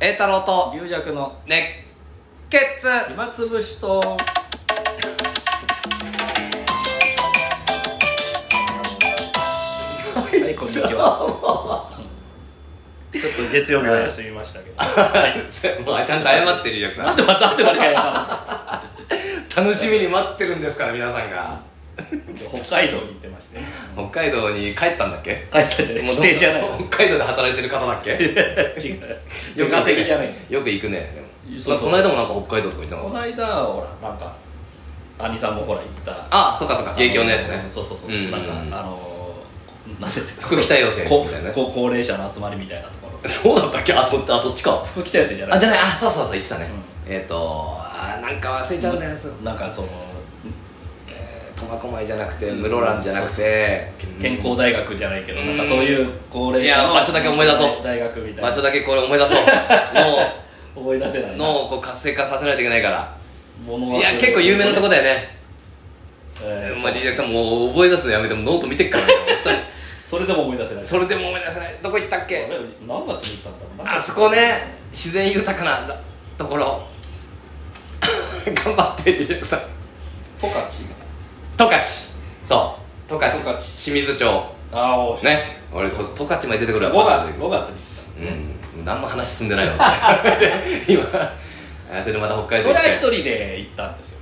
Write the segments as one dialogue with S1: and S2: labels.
S1: 栄太郎と
S2: 龍尺の
S1: 熱血
S2: 暇つぶしとはいこんにちは ちょっと月曜日は休みましたけど
S1: まあちゃんと謝ってるリアクさ
S2: なんでまた会ってまでかよ
S1: ん楽しみに待ってるんですから皆さんが
S2: 北海道に行ってまして
S1: 北海道に帰ったんだっけ
S2: 帰ったじゃない
S1: もう
S2: 帰省じゃない
S1: 北海道で働いてる方だっけ
S2: 違う出稼ぎじゃない
S1: よく行くねでも
S2: そうそう
S1: まあこの間もなんか北海道とか行ってなか
S2: こ
S1: っ
S2: の間ほらなんか兄さんもほら行った
S1: たあそっかそっか芸協のやつ
S2: あ
S1: ね
S2: のそうそうそう、
S1: うん
S2: なんかあのなんですか
S1: 服着た妖精
S2: こ
S1: みたいなね
S2: こ高齢者の集まりみたいなところ
S1: そうだったっけあそあそっちか
S2: 服着たやつじゃない
S1: あじゃないあそうそうそう言ってたね、
S2: う
S1: えっ、とあーなんか忘れちゃうんだよそう
S2: なんかその
S1: えー苫小牧じゃなくて室蘭じゃなくて
S2: 健康大学じゃないけど、
S1: うん
S2: なんかそういう高
S1: い
S2: 齢者
S1: や
S2: の
S1: 場所だけ思い出そう
S2: 大学みたいな
S1: 場所だけこれ思い 出そう
S2: 思い出せないな
S1: 脳脳をこう活性化させないといけないから
S2: 物忘れ
S1: いや結構有名なとこだよね
S2: えー
S1: まあリリアクさんもう覚え出すのやめてもノート見てっからね本当に
S2: それでも思い出せない
S1: それでも思い出せないどこ行ったっ
S2: あれ
S1: け
S2: 何月に行ったんだろうな
S1: あそこね自然豊かなところ 頑張ってリリアクさん
S2: 十勝
S1: 十勝そう十勝
S2: 十勝
S1: 清水町
S2: ああおし
S1: ね俺そう十勝まで出てくる
S2: 5月5月に行ったんですね、
S1: うん何も話進んでないわ 今あそれでまた北海道
S2: そ
S1: 行っ
S2: れは
S1: て
S2: 一人で行ったんですよ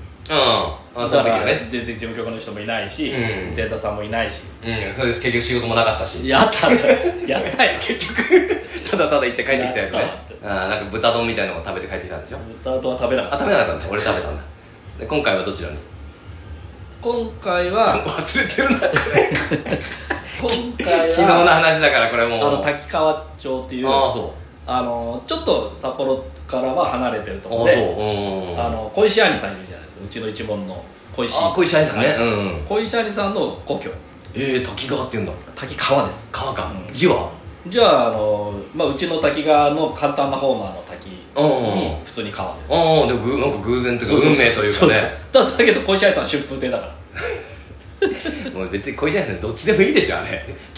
S1: うんあその時はね
S2: 全然事務局の人もいないし、
S1: うん
S2: データさんもいないし
S1: うんそれです結局仕事もなかったし
S2: やった んだやったよ
S1: 結局ただただ行って帰ってきたやつねあーなんか豚丼みたいなのを食べて帰ってきたんでしょ
S2: 豚とは食べなか
S1: あ
S2: っ
S1: 食
S2: た
S1: べなかったんだ俺食べたんだで今回はどちらに
S2: 今回は
S1: 忘れてるな これ
S2: 今回
S1: 昨
S2: は
S1: 日の話だからこれも
S2: あ
S1: う
S2: の滝川町っていう
S1: ああ
S2: あ
S1: そ
S2: のちょっと札幌からは離れてると
S1: うあ
S2: こ
S1: あ
S2: ろ
S1: そう
S2: で
S1: うん
S2: あの小石兄さんいるじゃないですかうちの一門の小石
S1: あ小石愛さんねうんうん
S2: 小石兄さんの故郷
S1: ええ滝川って言うんだ
S2: 滝川です
S1: 川か
S2: うん
S1: 字は
S2: じゃああの、まあ、うちの滝川の簡単なフォーマーの滝に
S1: うん
S2: 普通に川です
S1: ああでもぐなんか偶然というか運命というか
S2: そそ
S1: ね
S2: そうだだけど小石愛さん春風亭だか
S1: もう別に小石愛さんどっちでもいいでしょあれ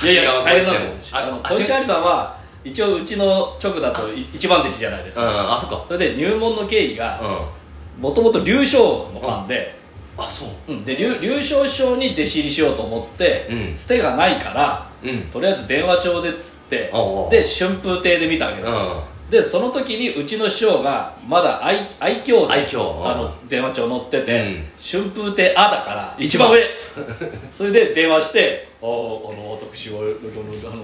S2: ら いやいや大変なんですよあの
S1: あ
S2: 小石愛さんは一応うちの直だとい一番弟子じゃないです
S1: う
S2: か
S1: んあそっか
S2: それで入門の経緯が
S1: うん
S2: もともと龍翔のファンで、
S1: あそう
S2: うん、で龍龍翔師匠に弟子入りしようと思って、
S1: うん
S2: つてがないから
S1: うん
S2: とりあえず電話帳でっつって
S1: おうおう
S2: で春風亭で見たわけですよ、
S1: う
S2: でその時にうちの師匠がまだ愛愛嬌で
S1: 愛嬌うん
S2: あの電話帳乗ってて、
S1: うん
S2: 春風亭あだから一番上 それで電話して「ああの私はあのあの、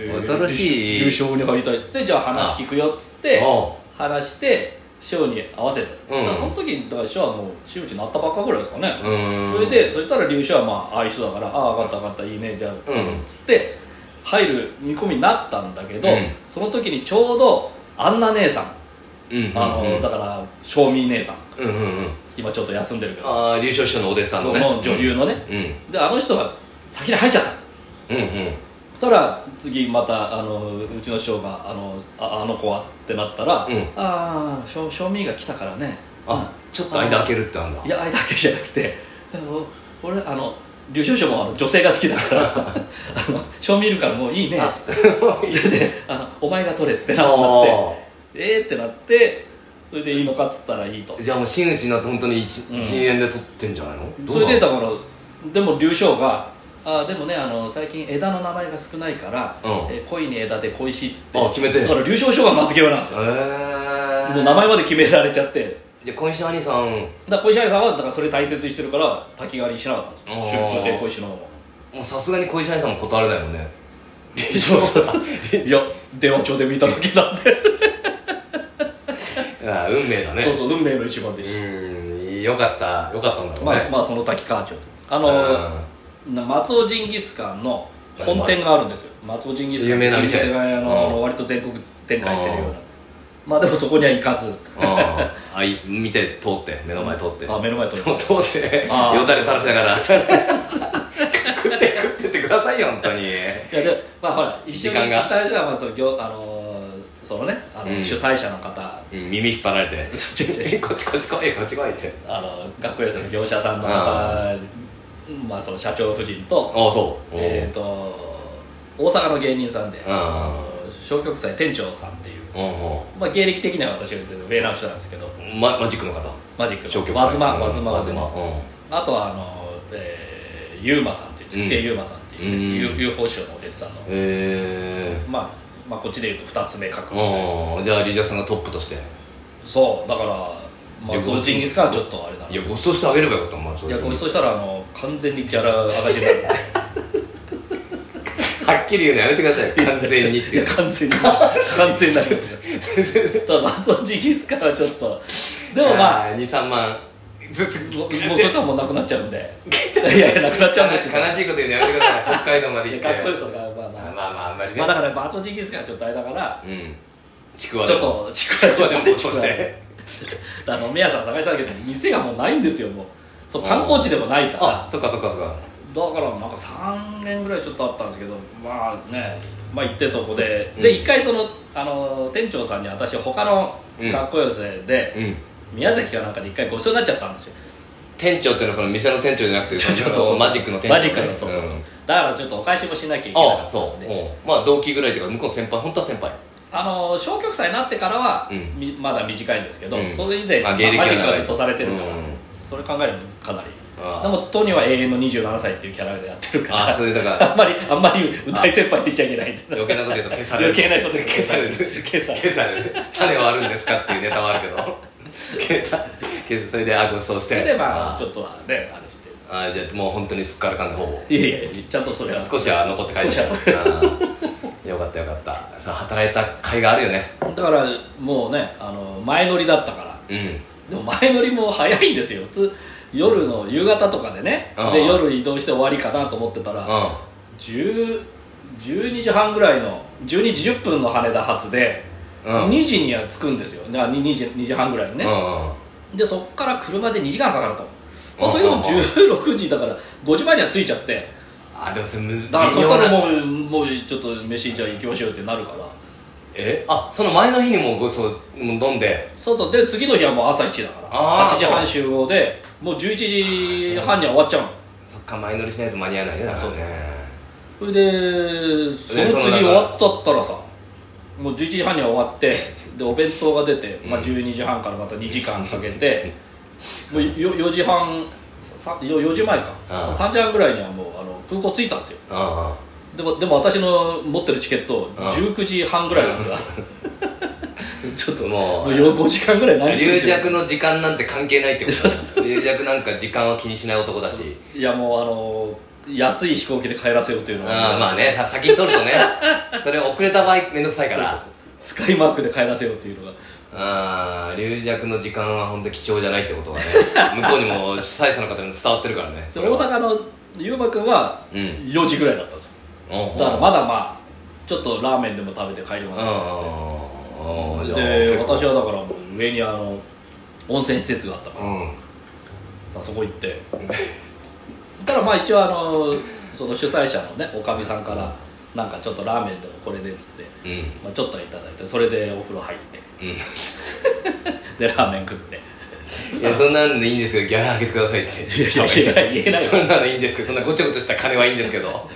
S2: え
S1: 恐ろしい
S2: 優勝に入りたい」でじゃあ話聞くよっつって
S1: おう
S2: 話して師匠に合わせた、
S1: うん
S2: だからその時にだから師匠はもう真打ちになったばっかぐらいですかね、
S1: うん
S2: それでそしたら龍師はまあああいう人だから「ああ分かった分かったいいねじゃあ」
S1: うん
S2: つって入る見込みになったんだけど、
S1: うん
S2: その時にちょうどアンナ姉さん
S1: うん
S2: あの、だから正味姉さん
S1: うんうんうん
S2: 今ちょっと休んでるけど
S1: ああ優勝師匠のお弟子さんのね
S2: の女流のね、
S1: うん
S2: であの人が先に入っちゃった
S1: うんうん
S2: そしたら次またあのうちの師匠が「あのああの子は?」ってなったら「
S1: うん
S2: ああ正正味が来たからね
S1: あちょっと間開けるって なんだ
S2: いやあれだけじゃなくてあの俺あの劉少将もあの女性が好きだから あの賞味いるからもういいねっつって であのお前が取れってなって
S1: あ
S2: えーってなってそれでいいのかっつったらいいと
S1: ーじゃあもう真打ちになって本当に
S2: うん
S1: 12年で取ってんじゃないの
S2: それでだ
S1: だ
S2: からでも劉少があーでもねあの最近枝の名前が少ないから、
S1: うん
S2: えー恋に枝で恋しいっつって
S1: あ決めて
S2: だから劉少将が名付け親なんですよ
S1: え
S2: もう名前まで決められちゃって
S1: じゃあ小石兄さん
S2: だから小石兄さんはだからそれ大切にしてるから滝狩りしなかったんですよ
S1: あー
S2: 春風亭小石の方も
S1: もうさすがに小石兄さんも断れないもんね
S2: そうそう そういや電話帳で見ただけなんで
S1: ああ運命だね
S2: そうそう運命の一番で
S1: う
S2: し
S1: ーんよかったよかったんだろう
S2: まあ、
S1: ね
S2: まあその滝川町あの
S1: あ
S2: 松尾ジンギスカンの本店があるんですよ松尾ジンギスカン
S1: 有名な店
S2: ジンギスカン屋のあの
S1: うん
S2: 割と全国展開してるよう
S1: うん
S2: なまあでもそこには行かず
S1: ああい見て通って目の前通って
S2: あ目の前と
S1: と通って
S2: あー
S1: よだれ垂らしながら食って食ってってくださいよ本当に
S2: いやでもまあほら一緒に
S1: 時間が
S2: 行った人はまあその業あのーそのねあの、
S1: うん
S2: 主催者の方
S1: うん耳引っ張られて
S2: ちょちょち
S1: こっちこっち来いこっち来いって
S2: あの学校寄せの業者さんの方、まあその社長夫人と
S1: ああそう
S2: えー、と大阪の芸人さんで
S1: うん
S2: 小局祭店長さんっていう
S1: おうおう
S2: まあ、芸歴的には私は別に上直しなんですけど
S1: ママジックの方
S2: マジック
S1: 消
S2: の
S1: 去
S2: 和妻和妻
S1: 和
S2: 和妻あとはあの、えー、ユーマさんっていう月亭ユーマさんっていう、
S1: う
S2: ね
S1: ん
S2: う UFO 賞のお弟子さんの、
S1: え
S2: まあ、まあこっちで言うと2つ目確
S1: え
S2: 保みたいな
S1: じゃあリージャーさんがトップとして
S2: そうだから、まあ、
S1: よく
S2: ゾウジンギスカンはちょっとあれだ
S1: いやご馳走してあげればよかったまあそ
S2: い
S1: れ
S2: や
S1: で
S2: これそうしたらあの完全にギャラ上がりになる
S1: はっきり言うのやめてください 完全にって
S2: い
S1: いう
S2: や完全に完全になり ますよただまあゾウジンギスカンはちょっとで もまあ
S1: 23万ずつ
S2: もうもうそれとはもうなくなっち ゃうんでいやいやなくなっちゃうんでっていうか
S1: 悲しいこと言うのやめてください北海道まで
S2: い
S1: 行
S2: や
S1: って
S2: かっこよさがまあま
S1: まあ
S2: あ
S1: まあまああんまりね、
S2: まあだからバーチョンジンギスカンはちょっとあれだから
S1: うんちくわ
S2: ち
S1: で
S2: ょっ
S1: も
S2: とちく
S1: ちくわ
S2: わ
S1: でもご馳走して
S2: あの宮さん探したけど店がもうないんですよもうそう観光地でもないから
S1: あそっかそっかそっか
S2: だからなんか3年ぐらいちょっとあったんですけどまあねまあ行ってそこで、で
S1: うん
S2: 一回そのあの店長さんに私他の
S1: うん
S2: 学校寄せで、
S1: うん
S2: 宮崎かなんかで一回ご一緒になっちゃったんですよ
S1: 店長っていうのはその店の店長じゃなくて
S2: ちょちょ
S1: その
S2: そう
S1: マジックの店長
S2: マジックのそうそうそう、
S1: ん
S2: だからちょっとお返しもしなきゃいけな
S1: あ
S2: か
S1: あ
S2: った
S1: そ
S2: ん
S1: う
S2: で
S1: うんまあ同期ぐらいというか向こう先輩本当は先輩
S2: あの消極祭になってからは、
S1: うん
S2: みまだ短いんですけど、
S1: うん
S2: それ以前、
S1: あ
S2: まあ
S1: 芸歴が長
S2: マジ
S1: い
S2: ックはずっとされてるか
S1: う
S2: ら、
S1: ん
S2: それ考えるとかなり
S1: ああ
S2: でもトニーは永遠の27歳っていうキャラでやってるから
S1: ああそれだから
S2: あんまりあんまり歌い先輩って言っちゃいけないんだ
S1: 余計なこと言うと消される
S2: 余計なこと
S1: 消される
S2: 消される
S1: 消される種はあるんですかっていうネタはあるけど消えた消えたそれであご馳走し
S2: そ
S1: て
S2: れでまあ
S1: あ
S2: ちょっとはねあれして
S1: あじゃあもう本当にすっからかんでほぼ
S2: いやいやちゃんとそれは
S1: 少しは残って帰ってきた
S2: 少
S1: うんよかったよかったさあ働いた甲斐があるよね
S2: だからもうねあの前乗りだったから
S1: うん
S2: でも前乗りも早いんですよ普通夜の夕方とかでね
S1: うん
S2: で夜移動して終わりかなと思ってたら
S1: う
S2: 10 12時半ぐらいの12時10分の羽田発で
S1: うん
S2: 2時には着くんですよだから 2, 時2時半ぐらいにね
S1: んうんうん
S2: でそこから車で2時間かかると、まあ、それで
S1: うん
S2: も16時だから5時前には着いちゃって
S1: あでもそれむ
S2: だからそ
S1: 微
S2: し
S1: 妙
S2: た
S1: な
S2: らもうもうちょっと飯じゃあ行きましょうってなるから
S1: えあその前の日にもうごちそう飲んで
S2: そうそうで次の日はもう朝1だから
S1: あー
S2: 8時半集合でもう11時半には終わっちゃうの
S1: そっか前乗りしないと間に合わないねだからね
S2: それでその
S1: でその
S2: 次
S1: 中
S2: 終わったったらさもう11時半には終わってでお弁当が出て、まあ、
S1: うん
S2: 12時半からまた2時間かけて、もうよ4時半さよ4時前か
S1: あー
S2: 3時半ぐらいにはもうあの空港着いたんですよ
S1: うんうん
S2: でもでも私の持ってるチケット
S1: ああ
S2: 19時半ぐらいなんで すがちょっと
S1: もう
S2: 5時間ぐらい何
S1: 流
S2: してる
S1: 弱の時間なんて関係ないってこと流弱なんか時間は気にしない男だし
S2: いやもうあの安い飛行機で帰らせようという
S1: うん
S2: の
S1: まあねさ先に取 るとねそれ遅れた場合めんどくさいか
S2: そうそう
S1: ら
S2: そうスカイマークで帰らせようというのが
S1: あー流弱の時間は本当貴重じゃないってこと がね向こうにも主催者の方にも伝わってるからね
S2: それ大阪の優馬君は
S1: うん
S2: 4時ぐらいだったんですよ
S1: 阪
S2: だからまだまあちょっとラーメンでも食べて帰りましょ
S1: う
S2: う
S1: んうんうんじゃあ
S2: で
S1: 結構
S2: 私はだからもう上にあの温泉施設があったから
S1: うん
S2: あそこ行ってただまあ一応あのその主催者のねおかみさんからなんかちょっとラーメンでもこれでっつっ
S1: う
S2: て、
S1: ん
S2: まあ、ちょっといただいてそれでお風呂入って
S1: うん
S2: でラーメン食って
S1: いやそんなんでいいんですけどギャラ上げてくださいって
S2: いやいやいや言えない
S1: そんなのいいんですけどそんなごちゃごちゃした金はいいんですけ ど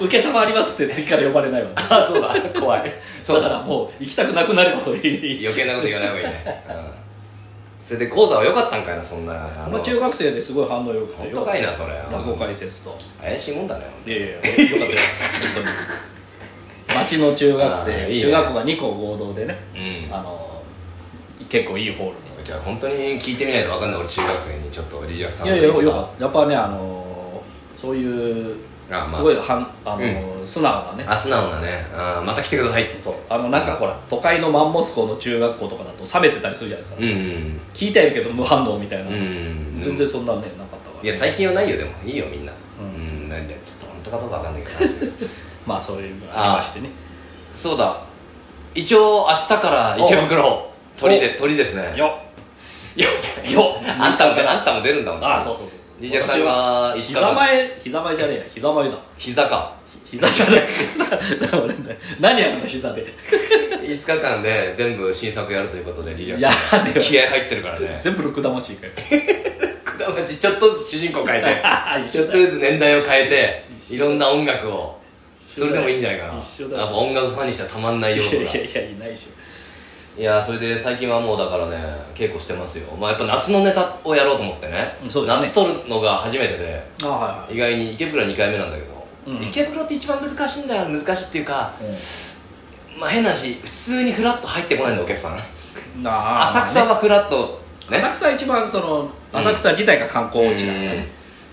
S2: 受けたまりますって次から呼ばれないわ
S1: あそうだ怖いそ
S2: だ
S1: う
S2: か
S1: だ
S2: らもう行きたくなくなればそれいい
S1: 余計なこと言わない方がいいね、うん、それで講座は良かったんかいなそんなあ
S2: まあ中学生ですごい反応良く
S1: 本
S2: て
S1: 当
S2: よ
S1: かいなそれ
S2: 落語解説と
S1: 怪しいもんだね
S2: いやいやよかったです本当に町の中学
S1: あー
S2: 生
S1: いいね
S2: 中学校が2校合同でね
S1: うん
S2: あの結構いいホールに
S1: じゃあ本当に聞いてみないと分かんない俺中学生にちょっとリアさん
S2: いやいやよかったやっぱねあのーそういう
S1: あまあ
S2: すごいはんあのー、素直なね
S1: あ素直なねあまた来てください
S2: そうあのなんかほら都会のマンモス校の中学校とかだと冷めてたりするじゃないですか、
S1: うん
S2: 聞いてるけど無反応みたいな、
S1: うんうん
S2: 全然そんなんねなかったわ
S1: いや最近はないよでもいいよみんなう、
S2: うん
S1: なんでちょっと本当かどうか分かんないけど大丈夫です
S2: まあそういうのがありましてね
S1: そうだ一応明日から池袋鳥で鳥ですね
S2: よ
S1: よ
S2: よ
S1: あんたも出るあんたも出るんだもん
S2: ああそうそうそう
S1: リージャクさんが
S2: 私
S1: 5日
S2: は膝
S1: 間
S2: 前膝前じゃねえや膝前だ
S1: 膝か
S2: ひ膝じゃない 何やるの膝で
S1: 5日間で全部新作やるということでリー
S2: い
S1: ジ
S2: や
S1: ャクさん
S2: でも
S1: 気合入ってるからね
S2: 全部くだましいかよ
S1: くだましちょっとずつ主人公変えて
S2: ああ一
S1: ちょ
S2: 緒
S1: っと
S2: だよ
S1: ずつ年代を変えていろんな音楽を
S2: 一
S1: そ
S2: 緒
S1: れ
S2: だ
S1: で
S2: よ
S1: もいいんじゃないかな
S2: 一緒だ
S1: やっぱ音楽ファンにしてはたまんないよう
S2: いや
S1: ない
S2: やいやいないでしょ
S1: いやそれで最近はもうだからね稽古してますよまあやっぱ夏のネタをやろうと思ってね
S2: そうだね
S1: 夏撮るのが初めてで
S2: あは
S1: 意外に池袋2回目なんだけど、
S2: うん
S1: 池袋って一番難しいんだよ難しいっていうか
S2: い、
S1: まあ変な話普通にフラッと入ってこないんだお客さん
S2: うん、なあ
S1: 浅草はフラッとね
S2: 浅草は一番その浅草自体が観光地だから
S1: うん
S2: ね、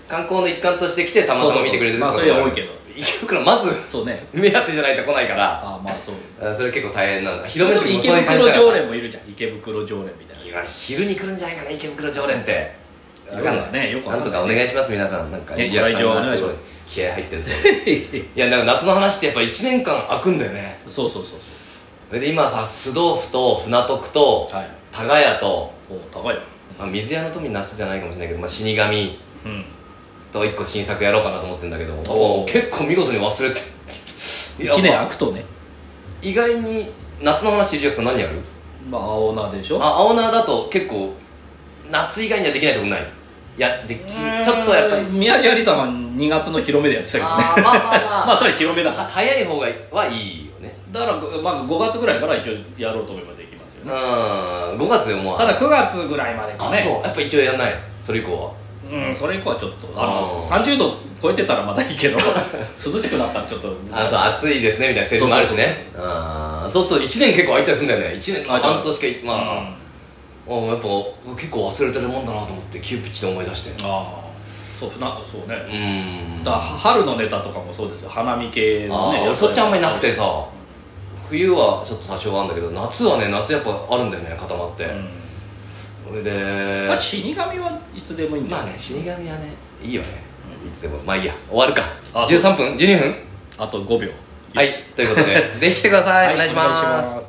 S1: 観光の一環として来てたまたま見てくれてる
S2: そうそう
S1: ところが
S2: まあそれは
S1: 池袋まず
S2: そうね
S1: 目当てじゃないと来ないから
S2: ああまあそう
S1: あそれ結構大変なんだ
S2: で
S1: 広め
S2: も
S1: ても
S2: 池
S1: そういう感じ
S2: 袋
S1: だから
S2: 常連もいるじゃん池袋常連みたい
S1: 今昼に来るんじゃないかな池袋常連ってわかんない
S2: ねよくわ
S1: な
S2: か
S1: ん
S2: ん
S1: と
S2: ない
S1: かお願いします皆さんなんか
S2: ね
S1: リアクションが
S2: ご来場お願いしま
S1: ご
S2: す
S1: 気合入ってるんですよ
S2: な
S1: いやなんか夏の話ってやっぱ1年間空くんだよね
S2: そうそうそう
S1: それで今さ須豆腐と船徳と
S2: そうはい
S1: 多賀屋と、
S2: お高いよ
S1: まあ、水屋の富夏じゃないかもしれないけど、まあ、死神
S2: うん
S1: と1個新作やろうかなと思ってんだけど
S2: お
S1: お結構見事に忘れて いや
S2: 1年
S1: まあ
S2: 空くとね
S1: 意外に夏の話リュウジャクさん何やる
S2: まあ青菜でしょ
S1: あ青菜だと結構夏以外にはできないってことないいやできちょっとやっぱり
S2: 宮地有さんは2月の広めでやってたけどね
S1: あーまあまあ まあ
S2: まあそれ広めだ
S1: は
S2: か
S1: 早い方がはいいよね
S2: らだから、まあ、5月ぐらいから一応やろうと思えばできますよ
S1: うん
S2: ね
S1: 5月でもう
S2: ただ9月ぐらいまでか
S1: あ
S2: ね
S1: そうやっぱ一応やんないそれ以降は
S2: うん、それ以降はちょっとあの
S1: あー
S2: 30度超えてたらまだいいけ ど涼しくなったらちょっと
S1: あそう暑いですねみたいな制度もあるしねあーそうそう1年結構空いたりするんだよね1年
S2: あ
S1: 半年か
S2: うん
S1: まあ、うん、やっぱ結構忘れてるもんだなと思って急ピッチで思い出して
S2: あーそうふなそう
S1: う
S2: ね
S1: ん
S2: だから春のネタとかもそうですよ花見系
S1: あー
S2: のね
S1: 俺そっちあんまりなくて
S2: う
S1: さ冬はちょっと多少はあるんだけど夏はね夏やっぱあるんだよね固まって、
S2: ん
S1: それで
S2: まあ、死神はいつでもいいんじゃ
S1: ま
S2: な
S1: あ
S2: い、
S1: ね死神はねいいよねいつでもまあいいや終わるか
S2: あ
S1: 13分12分
S2: あと5秒
S1: はいということでぜひ来てください、お願いします
S2: す